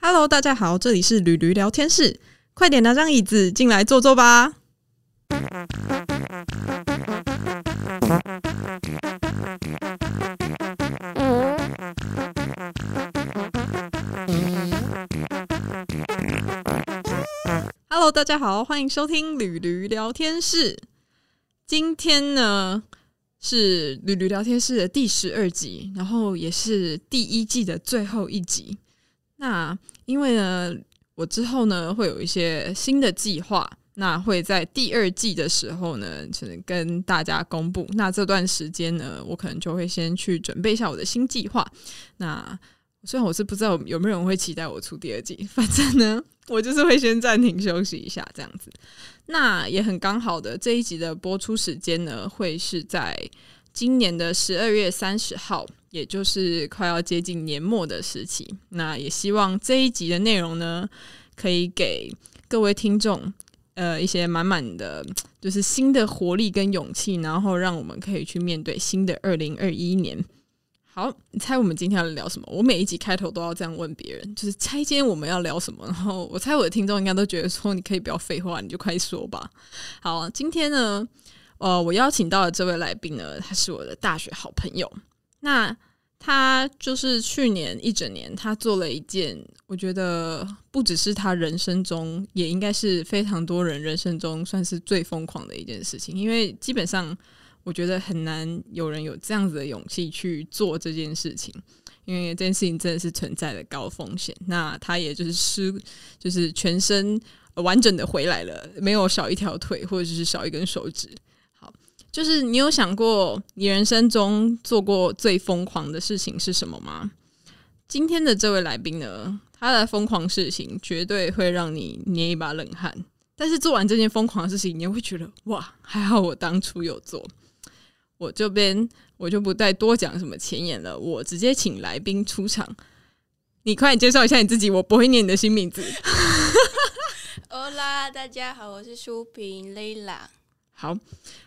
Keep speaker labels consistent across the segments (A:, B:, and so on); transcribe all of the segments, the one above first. A: Hello，大家好，这里是驴驴聊天室，快点拿张椅子进来坐坐吧。Hello，大家好，欢迎收听驴驴聊天室。今天呢是驴驴聊天室的第十二集，然后也是第一季的最后一集。那因为呢，我之后呢会有一些新的计划，那会在第二季的时候呢，可能跟大家公布。那这段时间呢，我可能就会先去准备一下我的新计划。那虽然我是不知道有没有人会期待我出第二季，反正呢，我就是会先暂停休息一下这样子。那也很刚好的，这一集的播出时间呢，会是在今年的十二月三十号，也就是快要接近年末的时期。那也希望这一集的内容呢，可以给各位听众呃一些满满的就是新的活力跟勇气，然后让我们可以去面对新的二零二一年。好，你猜我们今天要聊什么？我每一集开头都要这样问别人，就是猜今天我们要聊什么。然后我猜我的听众应该都觉得说，你可以不要废话，你就快说吧。好，今天呢，呃，我邀请到的这位来宾呢，他是我的大学好朋友。那他就是去年一整年，他做了一件我觉得不只是他人生中，也应该是非常多人人生中算是最疯狂的一件事情，因为基本上我觉得很难有人有这样子的勇气去做这件事情。因为这件事情真的是存在的高风险，那他也就是失，就是全身完整的回来了，没有少一条腿或者是少一根手指。好，就是你有想过你人生中做过最疯狂的事情是什么吗？今天的这位来宾呢，他的疯狂事情绝对会让你捏一把冷汗，但是做完这件疯狂的事情，你会觉得哇，还好我当初有做。我这边我就不再多讲什么前言了，我直接请来宾出场。你快点介绍一下你自己，我不会念你的新名字。
B: Hola，大家好，我是舒平 Lela。
A: 好，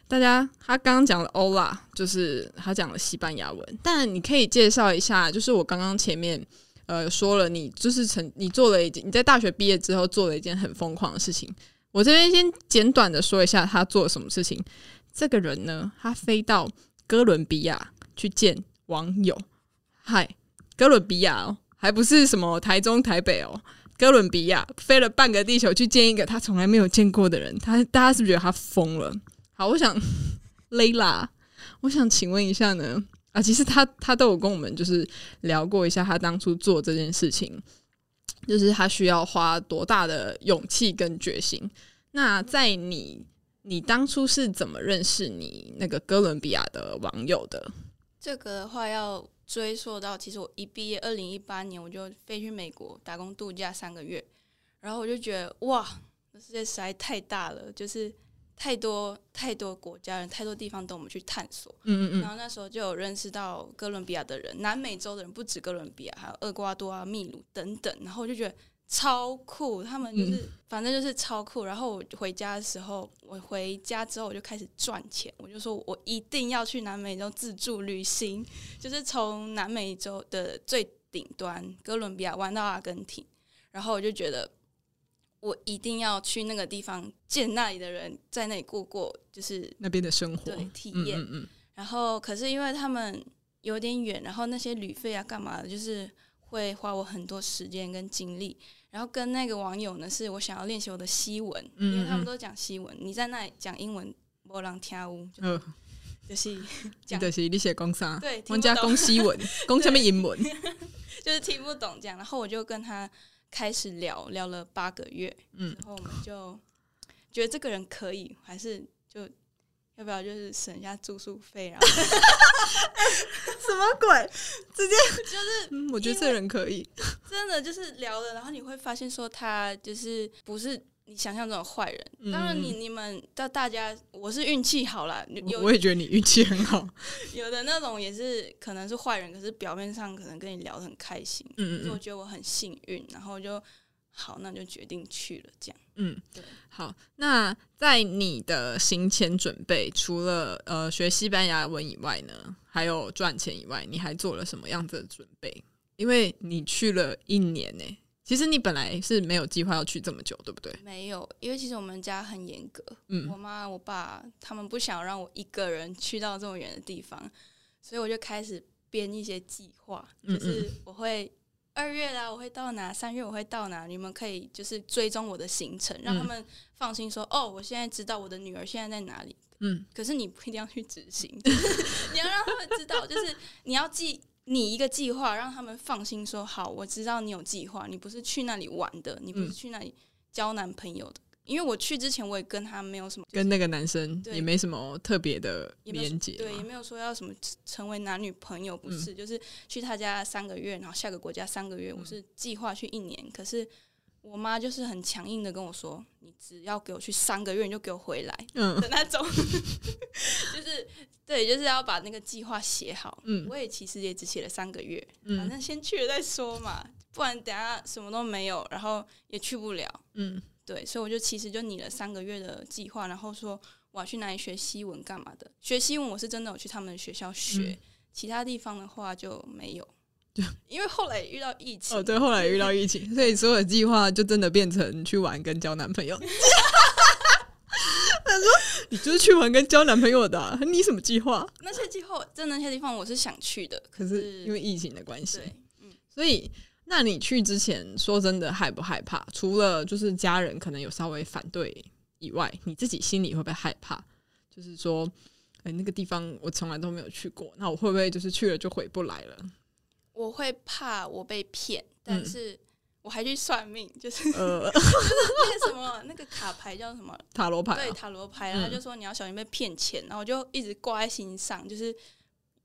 A: 大家，他刚刚讲了欧拉，就是他讲了西班牙文，但你可以介绍一下，就是我刚刚前面呃说了你，就是成你做了一件你在大学毕业之后做了一件很疯狂的事情。我这边先简短的说一下他做了什么事情。这个人呢，他飞到哥伦比亚去见网友。嗨，哥伦比亚哦，还不是什么台中、台北哦，哥伦比亚飞了半个地球去见一个他从来没有见过的人，他大家是不是觉得他疯了？好，我想 Layla，我想请问一下呢，啊，其实他他都有跟我们就是聊过一下他当初做这件事情，就是他需要花多大的勇气跟决心。那在你你当初是怎么认识你那个哥伦比亚的网友的？
B: 这个的话要追溯到，其实我一毕业，二零一八年我就飞去美国打工度假三个月，然后我就觉得哇，这世界实在太大了，就是太多太多国家人，太多地方等我们去探索。
A: 嗯
B: 然后那时候就有认识到哥伦比亚的人，南美洲的人不止哥伦比亚，还有厄瓜多啊、秘鲁等等。然后我就觉得超酷，他们就是、
A: 嗯
B: 反正就是超酷。然后我回家的时候，我回家之后我就开始赚钱，我就说我一定要去南美洲自助旅行，就是从南美洲的最顶端哥伦比亚玩到阿根廷。然后我就觉得。我一定要去那个地方见那里的人，在那里过过，就是
A: 那边的生活，
B: 对体
A: 嗯
B: 验。
A: 嗯嗯，
B: 然后可是因为他们有点远，然后那些旅费啊干嘛的，就是会花我很多时间跟精力。然后跟那个网友呢，是我想要练习我的西文，
A: 嗯
B: 因为他
A: 嗯
B: 们都讲西文，你在那里讲英文，没人听乌，就
A: 呃，
B: 就是
A: 你
B: 讲
A: 就是你写讲啥？
B: 对，
A: 我
B: 听不
A: 啊家
B: 懂，
A: 讲西文，讲什么英文？
B: 就是听不懂这样。然后我就跟他开始聊聊了八个月，
A: 嗯，
B: 然后我们就觉得这个人可以，还是就要不要就是省一下住宿费，然后
A: 什么鬼？
B: 就是
A: 嗯，我觉得
B: 因为
A: 这人可以。
B: 真的就是聊了，然后你会发现说他就是不是你想象中的坏
A: 嗯
B: 人。当然你，你们到大家，我是运气好 啦，
A: 我
B: 有
A: 我也觉得你运气很好。
B: 有的那种也是可能是坏人，可是表面上可能跟你聊得很开心，
A: 嗯
B: 所以我
A: 嗯
B: 觉得我很幸运，然后就好，那就决定去了这样。
A: 嗯
B: 对，
A: 好。那在你的行前准备，除了呃学西班牙文以外呢，还有赚钱以外，你还做了什么样子的准备？因为你去了一年呢、其实你本来是没有计划要去这么久，对不对？
B: 没有，因为其实我们家很严格，我
A: 嗯
B: 妈、我爸他们不想让我一个人去到这么远的地方，所以我就开始编一些计划，
A: 嗯
B: 就是我会二月啦，我会到哪；三月我会到哪。你们可以就是追踪我的行程，让他
A: 嗯
B: 们放心说，哦，我现在知道我的女儿现在在哪里。
A: 嗯
B: 可是你不一定要去执行， 就是你要让他们知道，就是你要记你一个计划，让他们放心说好，我知道你有计划，你不是去那里玩的，你不是
A: 嗯
B: 去那里交男朋友的。因为我去之前，我也跟他没有什么，
A: 跟那个男生
B: 对
A: 也没什么特别的
B: 也没有
A: 连接
B: 对，也
A: 嘛，嗯
B: 没有说要什么成成为男女朋友，不是，就是去他家三个月，然后下个国家三个月，
A: 嗯
B: 我是计划去一年，可是我妈就是很强硬的跟我说，你只要给我去三个月，你就给我回来，
A: 嗯
B: 的那种， 就是对，就是要把那个计划写好。
A: 嗯
B: 我也其实也只写了三个月，反
A: 嗯
B: 正先去了再说嘛，不然等下什么都没有，然后也去不了。
A: 嗯
B: 对，所以我就其实就拟了三个月的计划，然后说我要去哪里学西文干嘛的。学西文我是真的有去他们的学校学，
A: 嗯
B: 其他地方的话就没有，因为后来也遇到疫情。
A: 哦，对，后来遇到疫情，所以所有的计划就真的变成去玩跟交男朋友。 他说：“你就是去玩跟交男朋友的啊、你什么计划
B: 那些计划，真的那些地方我是想去的，？”
A: 可
B: 是
A: 是因为疫情的关系，
B: 对，嗯
A: 所以，那你去之前，说真的害不害怕？除了就是家人可能有稍微反对以外，你自己心里会不会害怕？就是说，哎、那个地方我从来都没有去过，那我会不会就是去了就回不来了？
B: 我会怕我被骗，但
A: 嗯
B: 是我还去算命，就是
A: 呃，
B: 那个什么那个卡牌叫什么？
A: 塔罗牌、
B: 对，
A: 啊，
B: 塔罗牌，然后
A: 嗯
B: 他就说你要小心被骗钱，然后我就一直挂在心上，就是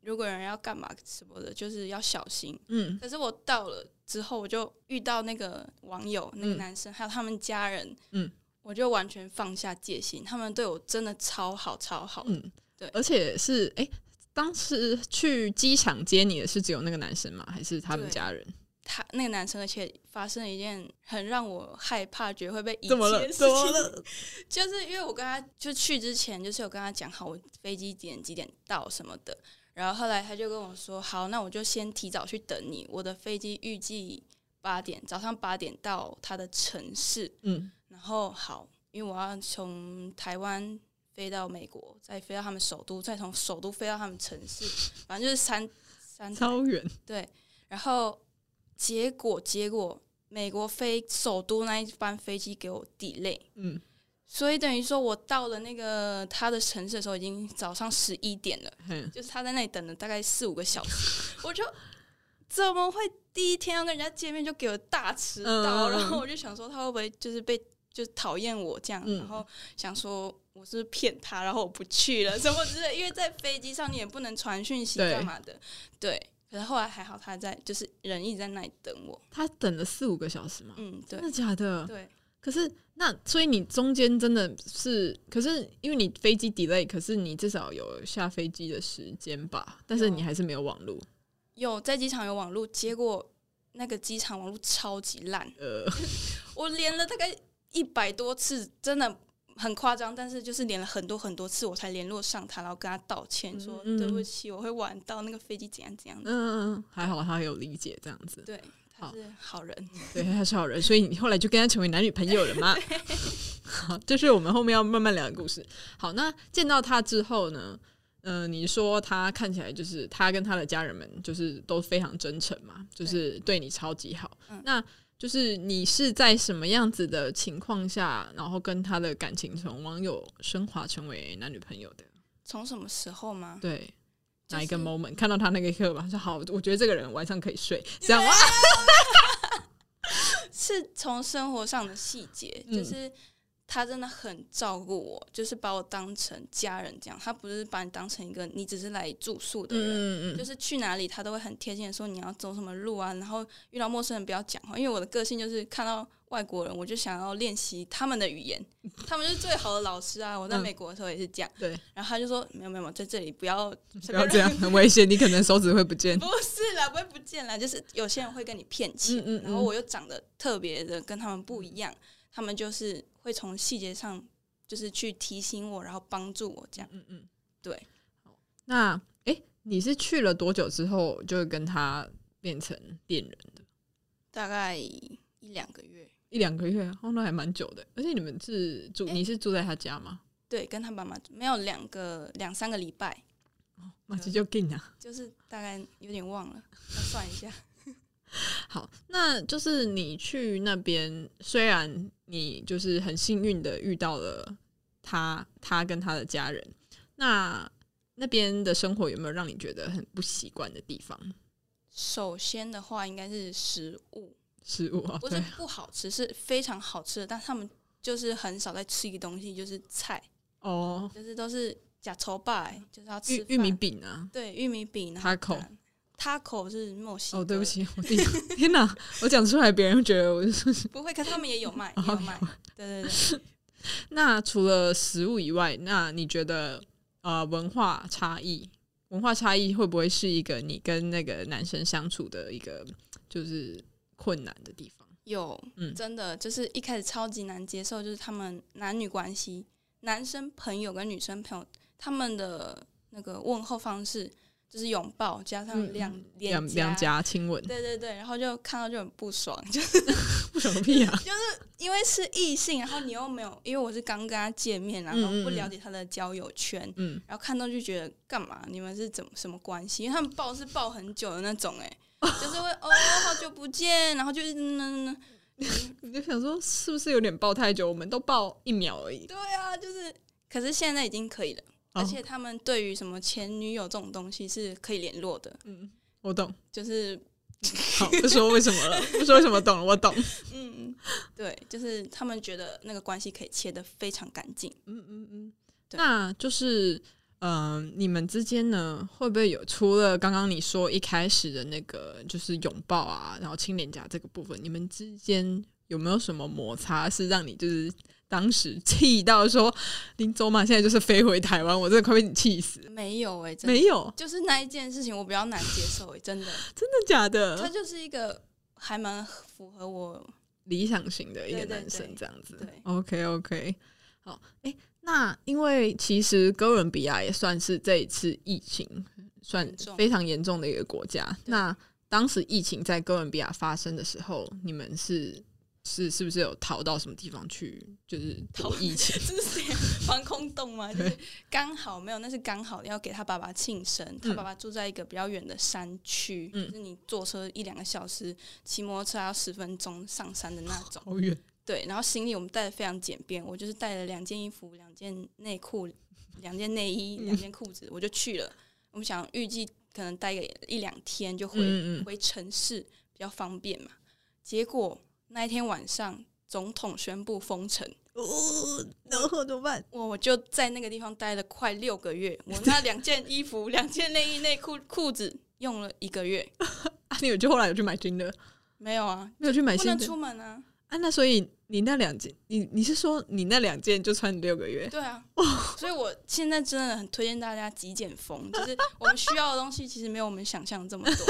B: 如果有人要干嘛什么的，就是要小心。
A: 嗯
B: 可是我到了之后，我就遇到那个网友、那个
A: 嗯
B: 男生，还有他们家人，
A: 嗯，
B: 我就完全放下戒心，他们对我真的超好超好。
A: 嗯，
B: 对
A: 而且是哎、当时去机场接你的是只有那个男生吗？还是他们
B: 对
A: 家人？
B: 他那个男生，而且发生了一件很让我害怕，觉得会被遗
A: 怎么
B: 弃
A: 了？
B: 的事
A: 怎么
B: 情。
A: 了？
B: 就是因为我跟他就去之前，就是有跟他讲好我飞机几点几点到什么的，然后后来他就跟我说，好，那我就先提早去等你，我的飞机预计八点，早上八点到他的城市，
A: 嗯
B: 然后好，因为我要从台湾飞到美国，再飞到他们首都，再从首都飞到他们城市，反正就是三三
A: 超远，
B: 对，然后结果结果美国飞首都那一班飞机给我 delay。
A: 嗯，
B: 所以等于说我到了那个他的城市的时候，已经早上十一点了，
A: 嗯
B: 就是他在那里等了大概四五个小时， 我就怎么会第一天要跟人家见面就给我大迟到？
A: 嗯嗯嗯
B: 然后我就想说他会不会就是被就是讨厌我这样，
A: 嗯
B: 然后想说我是不是骗他，然后我不去了什么之类，因为在飞机上你也不能传讯息
A: 对
B: 干嘛的，对。可是后来还好，他在就是人一直在那里等我，
A: 他等了四五个小时吗？
B: 嗯，对
A: 真的假的？
B: 对，
A: 可是那所以你中间真的是，可是因为你飞机 delay，可是你至少有下飞机的时间吧？但是
B: 有
A: 你还是没有网络，
B: 有在机场有网络，结果那个机场网络超级烂，
A: 呃，
B: 我连了大概一百多次，真的很夸张，但是就是连了很多很多次，我才联络上他，然后跟他道歉说、
A: 嗯嗯
B: 对不起，我会晚到，那个飞机怎样怎样的。
A: 嗯、还好他有理解这样子，
B: 对，他是好人，
A: 对，他是好人，所以你后来就跟他成为男女朋友了嘛？ 好，这是我们后面要慢慢聊的故事。好，那见到他之后呢？嗯、你说他看起来就是他跟他的家人们就是都非常真诚嘛，就是对你超级好。
B: 嗯
A: 那就是你是在什么样子的情况下，然后跟他的感情从网友升华成为男女朋友的？
B: 从什么时候吗？
A: 对，
B: 就是
A: 哪一个 moment 看到他那个一刻吧，说好，我觉得这个人晚上可以 睡，这样哇，
B: 是从生活上的细节，
A: 嗯
B: 就是他真的很照顾我，就是把我当成家人这样，他不是把你当成一个你只是来住宿的人，
A: 嗯嗯
B: 就
A: 嗯，
B: 是去哪里他都会很贴心的说你要走什么路啊，然后遇到陌生人不要讲话，因为我的个性就是看到外国人我就想要练习他们的语 言，他们是最好的老师啊。我在
A: 嗯
B: 美国的时候也是这样，
A: 对，
B: 然后他就说没有没有没有，在这里不要
A: 不
B: 不
A: 要这样，很危险，你可能手指会不见。
B: 不是啦，不会不见啦，就是有些人会跟你骗钱，
A: 嗯嗯嗯
B: 然后我又长得特别的跟他们不一样，他们就是会从细节上就是去提醒我，然后帮助我这样。
A: 嗯嗯，
B: 对。
A: 那诶，你是去了多久之后就跟他变成恋人的？
B: 大概一一两个月，
A: 一两个月，哦，那还蛮久的。而且你们是住，
B: 哎
A: 你是住在他家吗？
B: 对，跟他妈妈没有两个两三个礼拜，哦
A: 哦马吉就定啊。
B: 就是大概有点忘了，要算一下。
A: 好，那就是你去那边，虽然你就是很幸运的遇到了他，他跟他的家人，那那边的生活有没有让你觉得很不习惯的地方？
B: 首先的话，应该是食物，
A: 食物啊，
B: 不是
A: 对，
B: 不好吃，是非常好吃的，但他们就是很少在吃一个东西，就是菜，
A: 哦，
B: 就是都是假愁拜，就是要吃
A: 玉玉米
B: 饭嗯
A: 饼啊，
B: 对啊玉米饼
A: Taco
B: 塔口是墨西
A: 哦，对不
B: 哥
A: 起， 我第天哪，我讲出来别人会觉得我是
B: 不会，可他们也有卖，
A: 哦
B: 也有卖。对对对，
A: 那除了食物以外，那你觉得呃文化差异，文化差异会不会是一个你跟那个男生相处的一个就是困难的地方？
B: 有，
A: 嗯
B: 真的就是一开始超级难接受，就是他们男女关系，男生朋友跟女生朋友他们的那个问候方式，就是拥抱加上
A: 嗯
B: 两
A: 两
B: 脸
A: 两颊亲吻，
B: 对对对，然后就看到就很不爽，就是
A: 不什么屁 啊！
B: 因为是异性，然后你又没有，因为我是刚跟他见面，然后
A: 嗯嗯
B: 不
A: 嗯
B: 了解他的交友圈，
A: 嗯，
B: 然后看到就觉得干嘛？你们是怎么什么关系？因为他们抱是抱很久的那种、欸， 就是会哦，好久不见，然后就是嗯，
A: 你就想说是不是有点抱太久？我们都抱一秒而已。
B: 对啊，就是。可是现在已经可以了，而
A: 哦
B: 且他们对于什么前女友这种东西是可以联络的，
A: 嗯，我 懂。
B: 就是
A: 好，不说为什么了，不说为什么懂了，我懂。
B: 嗯，对，就是他们觉得那个关系可以切得非常干净。
A: 嗯嗯嗯，
B: 对
A: 那就是嗯、呃你们之间呢，会不会有除了刚刚你说一开始的那个就是拥抱啊，然后亲脸颊这个部分，你们之间有没有什么摩擦是让你就是当时气到说林走马现在就是飞回台湾，我真的快被你气死？
B: 没有哎、真的
A: 没有，
B: 就是那一件事情我比较难接受哎、真的，
A: 真的假
B: 他
A: 的？
B: 就是一个还蛮符合我
A: 理想型的一个
B: 对对
A: 男生
B: 对
A: 这样子。
B: 对
A: OK OK，好，诶，那因为其实哥伦比亚也算是这一次疫情算
B: 严重
A: 非常严重的一个国家。
B: 对
A: 那当时疫情在哥伦比亚发生的时候，你们是是是不是有逃到什么地方去？就是逃疫情
B: 这是谁防空洞吗？就是刚好没有，那是刚好要给他爸爸庆生。他
A: 嗯
B: 爸爸住在一个比较远的山区，
A: 嗯
B: 就是你坐车一两个小时，骑摩托车还要十分钟上山的那 种。
A: 好远，
B: 对，然后行李我们带的非常简便，我就是带了两件衣服、两件内裤、 两件内衣、
A: 嗯
B: 两件裤子，我就去了。我们想预计可能待个一两天就回、
A: 嗯嗯
B: 回城市，比较方便嘛。结果那一天晚上，总统宣布封城。
A: 哦，然后怎么办？
B: 我我就在那个地方待了快六个月，我那两件衣服、 两件内衣、内裤、裤子用了一个月，
A: 啊，你有就后来有去买新的，
B: 没有啊，
A: 没有去买
B: 不
A: 新
B: 能
A: 的
B: 出门啊，
A: 啊？那所以你那两件，你你是说你那两件就穿六个 月？
B: 对啊，所以我现在真的很推荐大家极简风，就是我们需要的东西其实没有我们想象这么 多，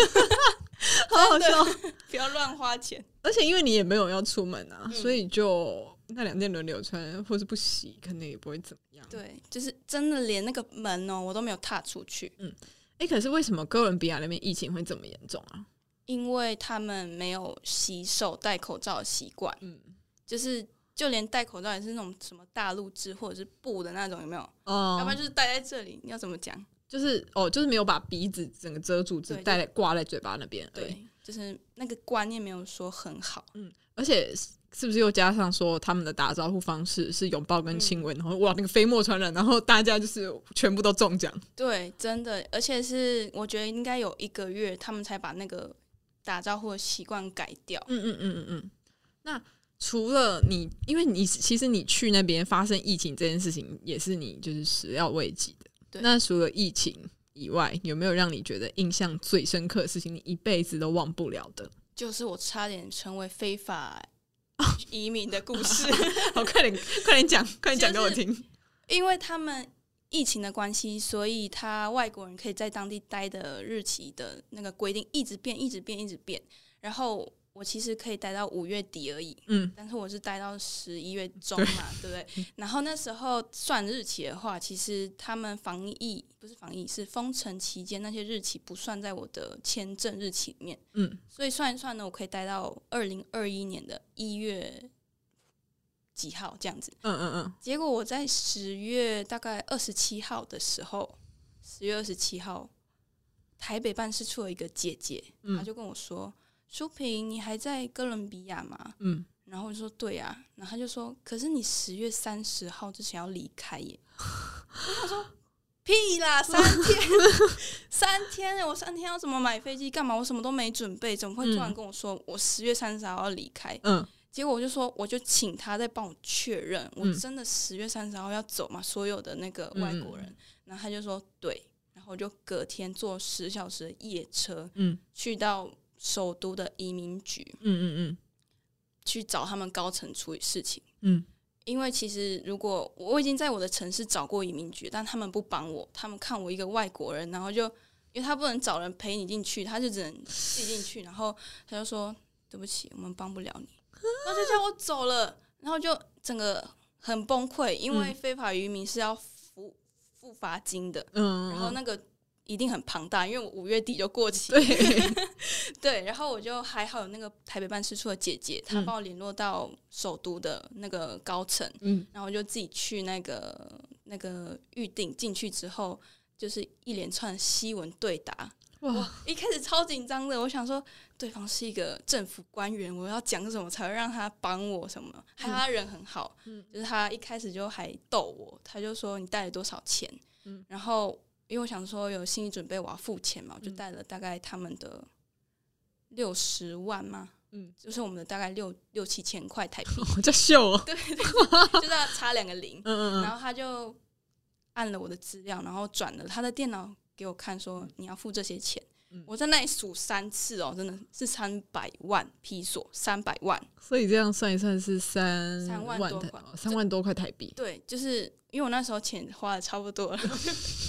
A: 好好笑。
B: 不要乱花钱。
A: 而且因为你也没有要出门啊，
B: 嗯
A: 所以就那两件轮流穿，或是不洗，可能也不会怎么样。，
B: 对，就是真的连那个门哦、我都没有踏出去，
A: 哎、可是为什么哥伦比亚那边疫情会这么严重啊？
B: 因为他们没有洗手、戴口罩的习惯，
A: 嗯，
B: 就是就连戴口罩也是那种什么大陆制或者是布的那种，有没有？要不
A: 哦
B: 然，就是待在这里，你要怎么讲？
A: 就是哦，就是没有把鼻子整个遮住，只
B: 对
A: 戴在挂在嘴巴那边。而已。
B: 对，就是那个观念没有说很好，
A: 而且是是不是又加上说他们的打招呼方式是拥抱跟
B: 嗯
A: 亲吻，然后哇那个飞沫传染，然后大家就是全部都中奖。
B: 对，真的，而且是我觉得应该有一个月，他们才把那个打招呼的习惯改掉。
A: 嗯嗯嗯嗯嗯。那除了你，因为你其实你去那边发生疫情这件事情，也是你就是始料未及的。
B: 对
A: 那除了疫情以外，有没有让你觉得印象最深刻的事情，你一辈子都忘不了 的？
B: 就是我差点成为非 法移民的故事，
A: 好，哦快点，快点讲，快点讲给我听。
B: 因为他们疫情的关系，所以他外国人可以在当地待的日期的那个规定一直变，一直变，一直变。然后我其实可以待到五月底而已，
A: 嗯，
B: 但是我是待到十一月中嘛，对不对？然后那时候算日期的话，其实他们防疫不是防疫，是封城期间那些日期不算在我的签证日期里面，
A: 嗯，
B: 所以算一算呢，我可以待到二零二一年的一月几号这样子。
A: 嗯嗯嗯，
B: 结果我在十月大概二十七号的时候，十月二十七号，台北办事处有一个姐姐，
A: 嗯
B: 她就跟我说：“舒萍，你还在哥伦比亚吗
A: 嗯，？”
B: 然后我就说：“对啊。”然后她就说：“可是你十月三十号之前要离开耶。” 我想说：“屁啦，三天， 三天，我三天要怎么买飞机？干嘛？我什么都没准备，怎么会突然
A: 嗯
B: 跟我说我十月三十号要离开？”
A: 嗯，
B: 结果我就说，我就请他再帮我确认，我
A: 嗯
B: 真的十月三十号要走嘛？所有的那个外国
A: 嗯
B: 人，然后他就说对，然后我就隔天坐十小时的夜车
A: 嗯，
B: 去到首都的移民局
A: 嗯嗯
B: 去找他们高层处理事情。
A: 嗯
B: 因为其实如果我已经在我的城市找过移民局，但他们不帮我，他们看我一个外国人，然后就因为他不能找人陪你进去，他就只能自己进去，然后他就说对不起，我们帮不了你，然后就叫我走了，然后就整个很崩溃，因为
A: 嗯
B: 非法移民是要付付罚金的，
A: 嗯嗯，
B: 然后那个一定很庞大，因为我五月底就过期，
A: 对，
B: 对，然后我就还好有那个台北办事处的姐姐，她
A: 嗯
B: 帮我联络到首都的那个高层，
A: 嗯
B: 然后我就自己去那个那个预定进去之后，就是一连串西文对答。
A: 哇，
B: 一开始超紧张的，我想说对方是一个政府官员，我要讲什么才会让他帮我什么？还好他人很好，
A: 嗯
B: 就是他一开始就还逗我，他就说你带了多少钱？
A: 嗯
B: 然后因为我想说有心理准备我要付钱嘛，我就
A: 嗯
B: 带了大概他们的六十万嘛，
A: 嗯，
B: 就是我们的大概六六七千块 台币，
A: 我在秀哦，
B: 就是要差两个零。
A: 嗯嗯
B: 然后他就按了我的资料，然后转了他的电脑给我看，说你要付这些钱。
A: 嗯
B: 我在那里数三次哦，真的是三百万披索，三百万。
A: 嗯，所以这样算一算是三
B: 三万
A: 万
B: 多
A: 台
B: 块
A: 哦三万多块台币，
B: 对，就是因为我那时候钱花的差不多了，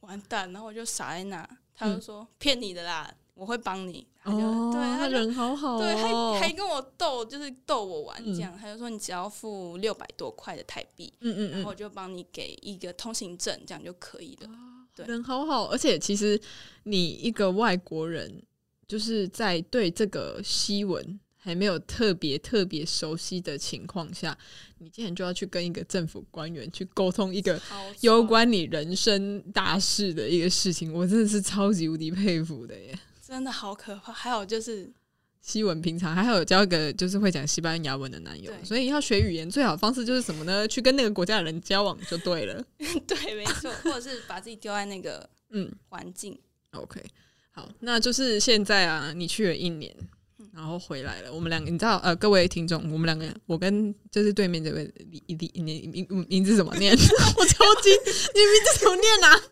B: 完蛋，然后我就傻在那，他就说骗你的啦，我会帮你。他就
A: 嗯哦，
B: 对，他
A: 他
B: 就。
A: 人好好
B: 对，还
A: 哦，
B: 还跟我逗，就是逗我玩
A: 嗯
B: 这样。他就说你只要付六百多块的台币，
A: 嗯嗯
B: 然
A: 嗯哦
B: 后。我就帮你给一个通行证，这样就可以了。对
A: 人好好，而且其实你一个外国人，就是在对这个西文还没有特别特别熟悉的情况下，你竟然就要去跟一个政府官员去沟通一个
B: 好爽
A: 有关你人生大事的一个事情，我真的是超级无敌佩服的耶！
B: 真的好可怕。还有就是，
A: 西文平常还好有交一个就是会讲西班牙文的男友
B: 对，
A: 所以要学语言最好的方式就是什么呢？去跟那个国家的人交往就对了。
B: 对，没错，或者是把自己丢在那个
A: 嗯，
B: 环境。
A: OK，好，那就是现在啊，你去了一年，然后回来了。我们两个，你知道，呃，各位听众，我们两个，我跟就是对面这位李李你名名名字怎么念？ 我超级，你名字怎么念啊？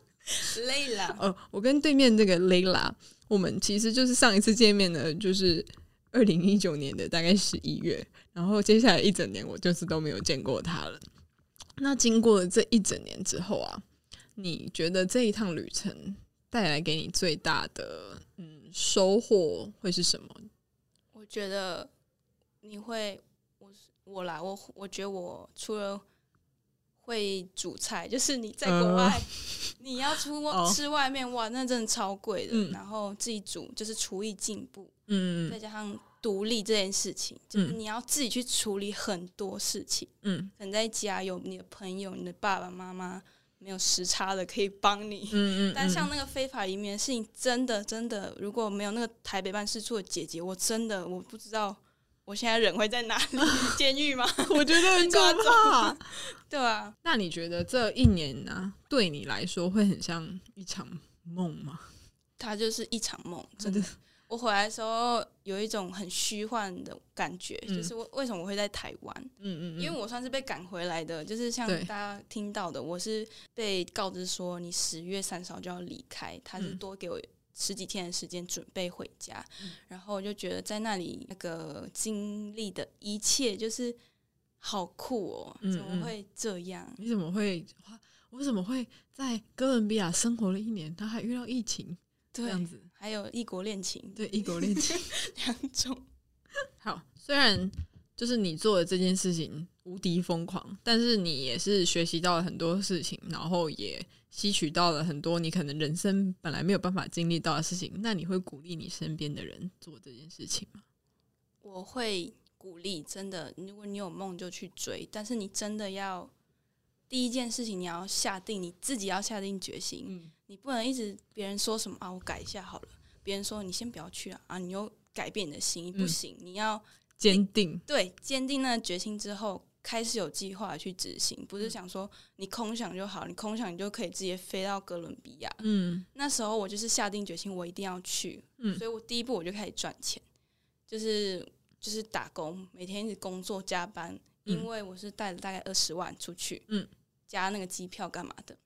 B: 累了，
A: 哦，我跟对面这个 Layla，我们其实就是上一次见面呢，就是二零一九年的大概十一月，然后接下来一整年我就是都没有见过他了。那经过这一整年之后啊，你觉得这一趟旅程带来给你最大的嗯收获会是什么？
B: 我觉得你会，我是我啦，我我觉得我除了会煮菜，就是你在国外，你要出外
A: 嗯哦
B: 吃外面哇，那真的超贵的。
A: 嗯
B: 然后自己煮，就是厨艺进步，
A: 嗯
B: 再加上独立这件事情，就是
A: 嗯
B: 你要自己去处理很多事情。
A: 嗯
B: 可能在家有你的朋友、你的爸爸妈妈没有时差的可以帮你。
A: 嗯嗯，
B: 但像那个非法移民的事情，真的真的，如果没有那个台北办事处的姐姐，我真的我不知道我现在人会在哪 里，监狱吗？
A: 嗯我觉得很
B: 抓
A: 可
B: 走
A: 怕。
B: 对啊，
A: 那你觉得这一年呢、对你来说会很像一场梦吗？
B: 它就是一场梦，真的。我回来的时候有一种很虚幻的感觉，
A: 嗯
B: 就是为为什么我会在台湾？
A: 嗯嗯，
B: 因为我算是被赶回来的，就是像
A: 对
B: 大家听到的，我是被告知说你十月三十号就要离开，他是
A: 嗯
B: 多给我十几天的时间准备回家，
A: 嗯
B: 然后我就觉得在那里那个经历的一切就是好酷哦，
A: 嗯
B: 怎么会这样？
A: 你怎么会？哇我怎么会在哥伦比亚生活了一年，他还遇到疫情这样
B: 对，
A: 子？
B: 还有异国恋情
A: 对，异国恋情，
B: 两种，
A: 好，虽然就是你做的这件事情无敌疯狂，但是你也是学习到了很多事情，然后也吸取到了很多你可能人生本来没有办法经历到的事情。那你会鼓励你身边的人做这件事情吗？
B: 我会鼓励，真的，如果你有梦就去追，但是你真的要第一件事情，你要下定你自己要下定决心，
A: 嗯
B: 你不能一直别人说什么啊，我改一下好了，别人说你先不要去啊，啊，你又改变你的心意，
A: 嗯
B: 不行，你要
A: 坚定，
B: 对坚定那个决心之后。开始有计划去执行，不是想说你空想就好，你空想你就可以直接飞到哥伦比亚。
A: 嗯
B: 那时候我就是下定决心，我一定要去，
A: 嗯
B: 所以我第一步我就开始赚钱，就是就是打工，每天一直工作加班，
A: 嗯
B: 因为我是带了大概二十万出去，
A: 嗯，
B: 加那个机票干嘛的。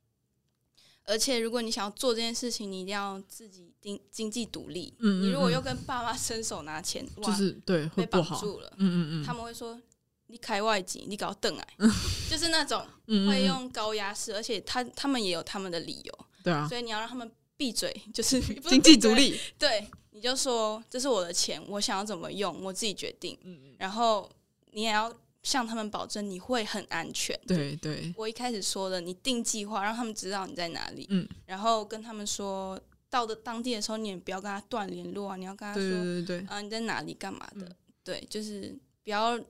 B: 而且如果你想要做这件事情，你一定要自己经经济独立。
A: 嗯嗯
B: 你如果
A: 嗯
B: 又跟爸妈伸手拿钱，哇，
A: 就是对
B: 被
A: 会不
B: 绑
A: 好，
B: 住了。
A: 嗯嗯嗯，
B: 他们会说你开外景，你搞邓癌， 就是那种
A: 们
B: 会用高压式，而且他他们也有他们的理由。
A: 对啊，
B: 所以你要让他们闭嘴， 就是不是
A: 经济
B: 闭嘴
A: 独，立，
B: 对，你就说这是我的钱，我想要怎么用，我自己决定。
A: 嗯，
B: 然后你也要向他们保证你会很安全。
A: 对对，
B: 我一开始说的，你定计划，让他们知道你在哪里，
A: 嗯，
B: 然后跟他们说到的当地的时候，你也不要跟他断联络啊，你要跟他
A: 对
B: 说
A: 对对对，
B: 啊你在哪里干嘛的，
A: 嗯
B: 对，就是不要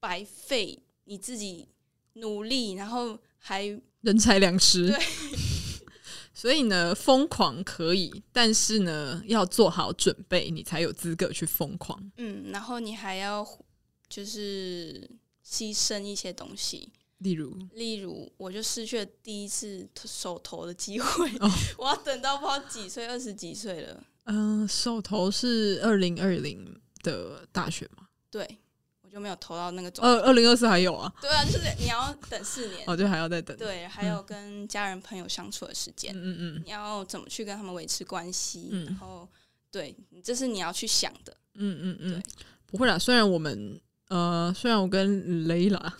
B: 白费你自己努力，然后还
A: 人财两失
B: 对。
A: 所以呢，疯狂可以，但是呢，要做好准备，你才有资格去疯狂。
B: 嗯，然后你还要就是牺牲一些东西，
A: 例如，
B: 例如我就失去了第一次手投的机会，
A: 哦
B: 我要等到不知道几岁，二十几岁了，
A: 嗯、手头是二零二零的大选嘛，呃
B: 对我就没有投到那个总。
A: 二二零二四还有啊，
B: 对啊，就是你要等四年，
A: 哦哦，就还要再等。，
B: 对，还有跟家人朋友相处的时间，
A: 嗯嗯
B: 你要怎么去跟他们维持关系，
A: 嗯
B: 然后对，这是你要去想的。
A: 嗯嗯嗯嗯
B: 对，
A: 不会啦。虽然我们呃，虽然我跟雷拉，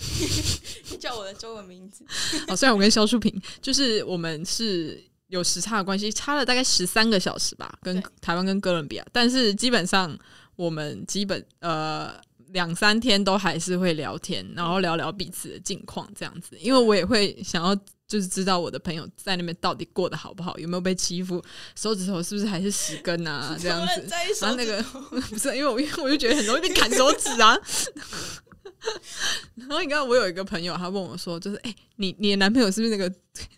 B: 叫我的中文名字，
A: 哦，虽然我跟肖淑萍，就是我们是有时差的关系，差了大概十三个小时吧，跟
B: 对
A: 台湾跟哥伦比亚，但是基本上我们基本呃两三天都还是会聊天，然后聊聊彼此的近况这样子，因为我也会想要。就是知道我的朋友在那边到底过得好不好，有没有被欺负，手指头是不是还是十根啊？这样子，
B: 在意手
A: 然后那个 不是因为我因为我就觉得很容易被砍手指啊。 然后你看，我有一个朋友，他问我说，就是哎、你你的男朋友是不是那个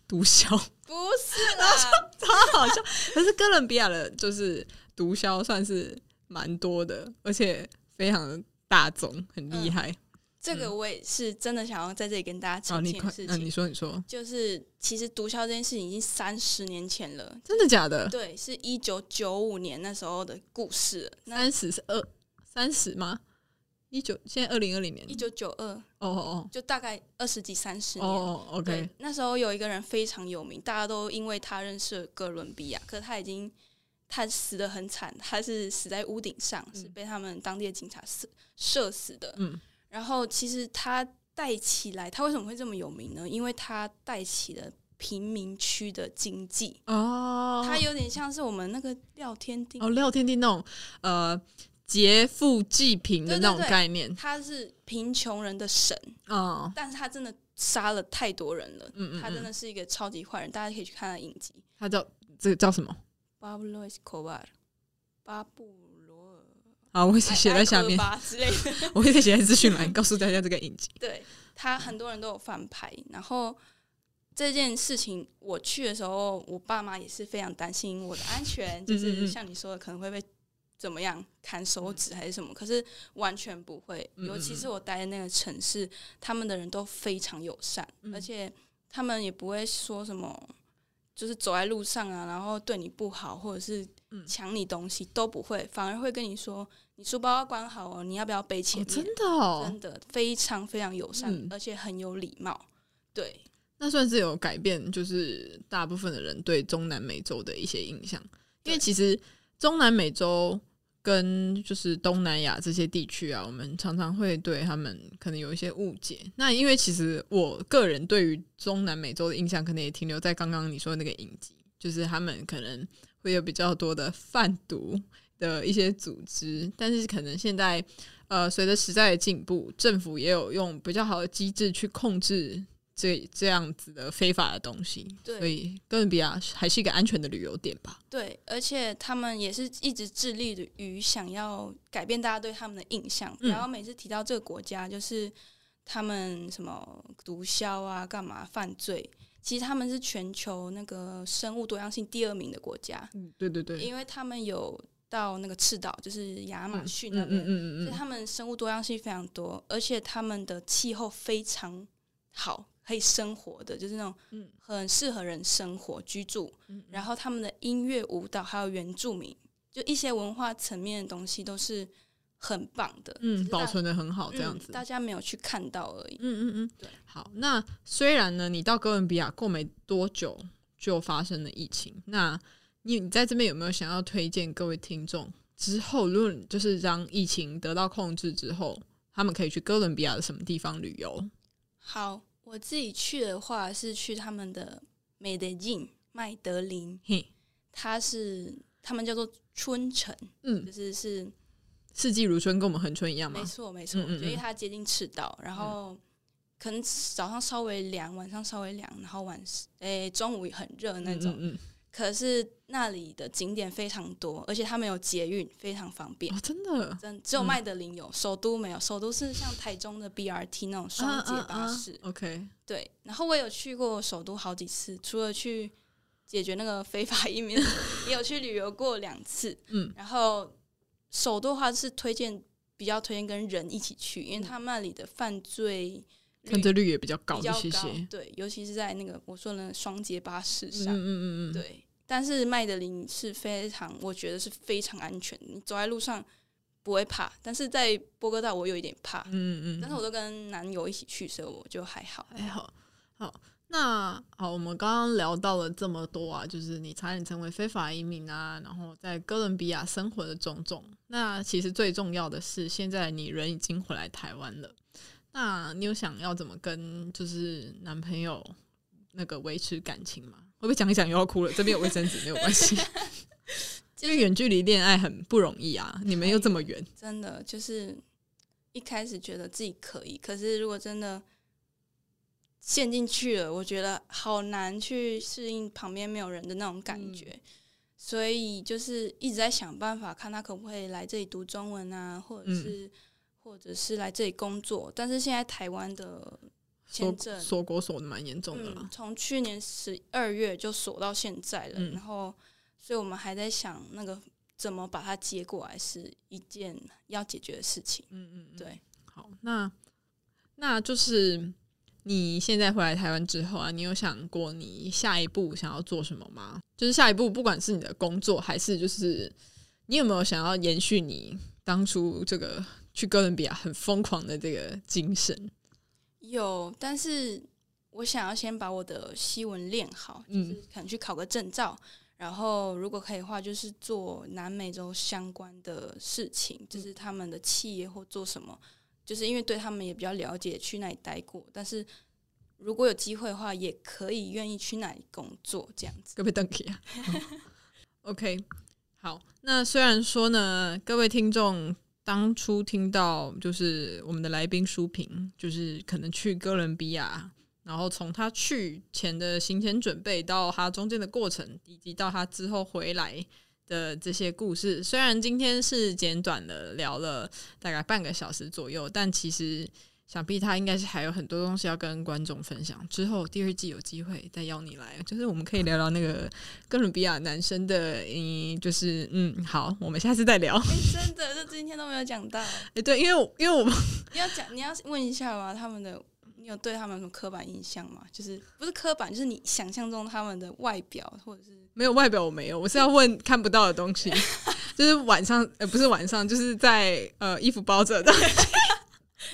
A: 毒枭？
B: 不是啦，
A: 好像可是哥伦比亚的，就是毒枭算是蛮多的，而且非常的大众，很厉害。
B: 嗯这个我也是真的想要在这里跟大家
A: 好，嗯
B: 澄
A: 你
B: 清的
A: 快，
B: 事
A: 嗯、
B: 情
A: 你，说你说，
B: 就是其实毒枭这件事情已经三十年前 了，
A: 真的假的？
B: 对，是一九九五年那时候的故事了。那
A: 三十是二三十吗？一九现在二零二零年
B: 一，九九二
A: 哦哦
B: 就大概二十几三十
A: 哦
B: 年。
A: 哦哦
B: 对
A: ，OK，，
B: 那时候有一个人非常有名，大家都因为他认识了哥伦比亚，可是他已经他死的很惨，他是死在屋顶上，
A: 嗯
B: 是被他们当地的警察射射死的。
A: 嗯
B: 然后其实他带起来，他为什么会这么有名呢？因为他带起了贫民区的经济，
A: 哦，
B: 他有点像是我们那个廖天丁
A: 哦，廖天丁那种呃劫富济贫的
B: 对对
A: 那种
B: 对
A: 概念，
B: 他是贫穷人的神，
A: 哦，
B: 但是他真的杀了太多人了，
A: 嗯嗯
B: 他真
A: 嗯
B: 的是一个超级坏人，大家可以去看他的影集。
A: 他叫这个叫什么？
B: 巴布罗 Escobar，巴布罗尔，
A: 啊，我会写在下面，
B: 埃埃克巴之类 的。
A: 我会写在资讯栏，告诉大家这个影集。
B: 对他很多人都有翻拍，然后。这件事情，我去的时候，我爸妈也是非常担心我的安全，就
A: 嗯嗯
B: 是
A: 嗯
B: 像你说的，可能会被怎么样砍手指还是什么。可是完全不会，
A: 嗯嗯
B: 尤其是我待的那个城市，他们的人都非常友善，
A: 嗯
B: 而且他们也不会说什么，就是走在路上啊，然后对你不好，或者是
A: 嗯
B: 抢你东西都不会，反而会跟你说，你书包要关好哦，你要不要背前
A: 哦，真
B: 面？
A: 的哦，
B: 真的非常非常友善，
A: 嗯
B: 而且很有礼貌。对，
A: 那算是有改变，就是大部分的人对中南美洲的一些印象，因为
B: 对
A: 其实中南美洲。跟就是东南亚这些地区啊，我们常常会对他们可能有一些误解。那因为其实我个人对于中南美洲的印象，可能也停留在刚刚你说的那个影集，就是他们可能会有比较多的贩毒的一些组织，但是可能现在呃，随着时代的进步，政府也有用比较好的机制去控制这这样子的非法的东西，
B: 对
A: 所以哥伦比亚还是一个安全的旅游点吧。
B: 对，而且他们也是一直致力于想要改变大家对他们的印象，
A: 嗯
B: 然后每次提到这个国家，就是他们什么毒枭啊、干嘛犯罪，其实他们是全球那个生物多样性第二名的国家，
A: 嗯，对对对，
B: 因为他们有到那个赤道，就是亚马逊那
A: 嗯嗯
B: 边，
A: 嗯
B: 所
A: 嗯
B: 以他们生物多样性非常多，而且他们的气候非常好，可以生活的，就是那种
A: 嗯
B: 很适合人生活居住。
A: 嗯，
B: 然后他们的音乐、舞蹈还有原住民，就一些文化层面的东西都是很棒的，只
A: 嗯
B: 是大
A: 保存的很好，这样
B: 嗯
A: 子。
B: 大家没有去看到而已。
A: 嗯嗯嗯
B: 对，
A: 好。那虽然呢，你到哥伦比亚过没多久就发生了疫情，那你你在这边有没有想要推荐各位听众之后，如果就是让疫情得到控制之后，他们可以去哥伦比亚的什么地方旅游？
B: 好，我自己去的话是去他们的美德林麦德林，
A: 嘿，
B: 它是他们叫做春城，
A: 嗯
B: 就，是是
A: 四季如春跟我们恒春一样吗
B: 没？错没错，
A: 嗯嗯嗯嗯
B: 就因为它接近赤道，然后可能早上稍微凉，晚上稍微凉，然后晚诶、中午也很热那种。
A: 嗯嗯
B: 可是那里的景点非常多，而且他们有捷运，非常方
A: 嗯，。
B: 便
A: 哦，真的，
B: 真只有
A: 嗯
B: 麦德林有，首都没有。首都是像台中的 BRT 那种双节巴士。
A: o k
B: 对，然后我有去过首都好几次，除了去解决那个非法移民，也有去旅游过两次。
A: 嗯
B: 然后首都的话是推荐比较推荐跟人一起去，因为他那里的犯罪
A: 犯罪率也比较高
B: 比
A: 一
B: 较
A: 些
B: 高
A: 些。。
B: 对，尤其是在那个我说的那个双节巴士
A: 嗯
B: 上。
A: 嗯嗯嗯，，
B: 对，但是麦德林是非常，我觉得是非常安全，你走在路上不会怕。但是在波哥大我有一点怕，
A: 嗯嗯，
B: 但是我都跟男友一起去，所以我就还好。
A: 还好，好，那好，我们刚刚聊到了这么多啊，就是你差点成为非法移民啊，然后在哥伦比亚生活的种种。那其实最重要的是，现在你人已经回来台湾了，那你有想要怎么跟就是男朋友那个维持感情吗？会不会讲一讲又要哭了？这边有卫生纸，没有关系。因为远距离恋爱很不容易啊，你们又这么远，
B: 真的就是一开始觉得自己可以，可是如果真的陷进去了，我觉得好难去适应旁边没有人的那种感觉。所以就是一直在想办法，看他可不可以来这里读中文啊，或者
A: 嗯
B: 是、或者是来这里工作。但是现在台湾的
A: 锁
B: 签证
A: 锁国锁的蛮严重的
B: 嗯
A: 啦，。
B: 从去年十二月就锁到现在了，
A: 嗯
B: 然后，所以我们还在想那个怎么把它接过来是一件要解决的事情。
A: 嗯嗯嗯，
B: 对，
A: 好，那那就是你现在回来台湾之后啊，你有想过你下一步想要做什么吗？就是下一步，不管是你的工作，还是就是你有没有想要延续你当初这个去哥伦比亚很疯狂的这个精神？
B: 有，但是我想要先把我的西文练好，就
A: 嗯
B: 是可能去考个证照，然后如果可以的话，就是做南美洲相关的事情，就是他们的企业或做什么，就是因为对他们也比较了解，去那里待过，但是。如果有机会的话，也可以愿意去那里工作这样子。
A: 各位邓克啊。好 OK，好，那虽然说呢，各位听众当初听到就是我们的来宾书评，就是可能去哥伦比亚，然后从他去前的行前准备到他中间的过程，以及到他之后回来。的这些故事，虽然今天是简短的聊了大概半个小时左右，但其实想必他应该是还有很多东西要跟观众分享。之后第二季有机会再邀你来，就是我们可以聊聊那个哥伦比亚男生的，嗯，就是嗯，好，我们下次再聊。
B: 哎、真的，这今天都没有讲到。
A: 哎，对，因为我因为我们
B: 你要讲，你要问一下吗？他们的，你有对他们有什么刻板印象吗？就是不是刻板，就是你想象中他们的外表，或者是
A: 没有外表，我没有，我是要问看不到的东西， 就是晚上，呃，不是晚上，就是在呃衣服包着的。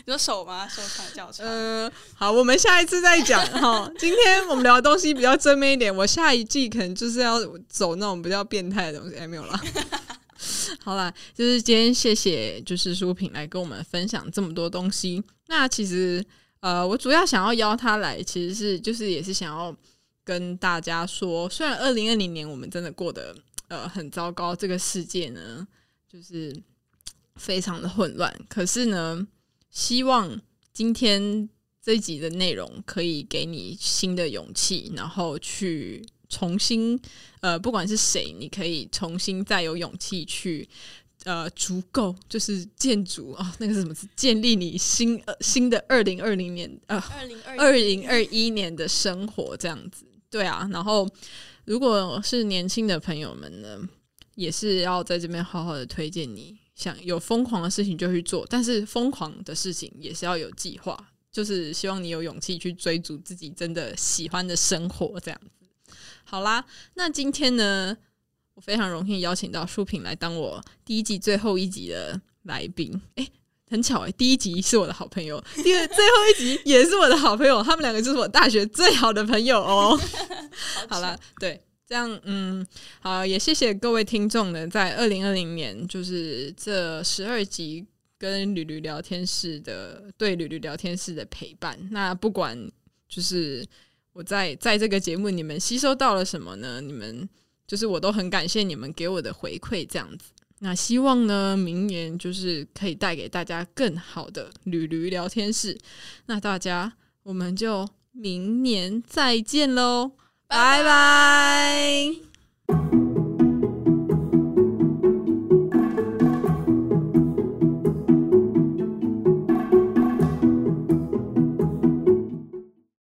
B: 你说手吗？手长脚长？
A: 嗯，好，我们下一次再讲哈。今天我们聊的东西比较正面一点，我下一季可能就是要走那种比较变态的东西。哎，没有啦。好啦，就是今天谢谢就是舒品来跟我们分享这么多东西。那其实呃，我主要想要邀他来，其实是就是也是想要跟大家说，虽然二零二零年我们真的过得呃很糟糕，这个世界呢就是非常的混乱。可是呢，希望今天这一集的内容可以给你新的勇气，然后去重新呃，不管是谁，你可以重新再有勇气去。呃，足够就是建筑啊、哦，那个是什么？建立你新、呃、新的二零二零年呃
B: 二零二
A: 二零二一年的生活这样子，对啊。然后，如果是年轻的朋友们呢，也是要在这边好好的推荐你，想有疯狂的事情就去做，但是疯狂的事情也是要有计划，就是希望你有勇气去追逐自己真的喜欢的生活这样子。好啦，那今天呢？我非常荣幸邀请到舒平来当我第一季最后一集的来宾。哎，很巧哎、欸，第一集是我的好朋友，第二最后一集 也是我的好朋友，他们两个就是我大学最好的朋友哦。好了，对，这样嗯，好，也谢谢各位听众呢，在二零二零年就是这十二集跟吕吕聊天室的对吕吕聊天室的陪伴。那不管就是我在在这个节目，你们吸收到了什么呢？你们。就是我都很感谢你们给我的回馈，这样子。那希望呢，明年就是可以带给大家更好的驴驴聊天室。那大家，我们就明年再见喽，拜拜。拜拜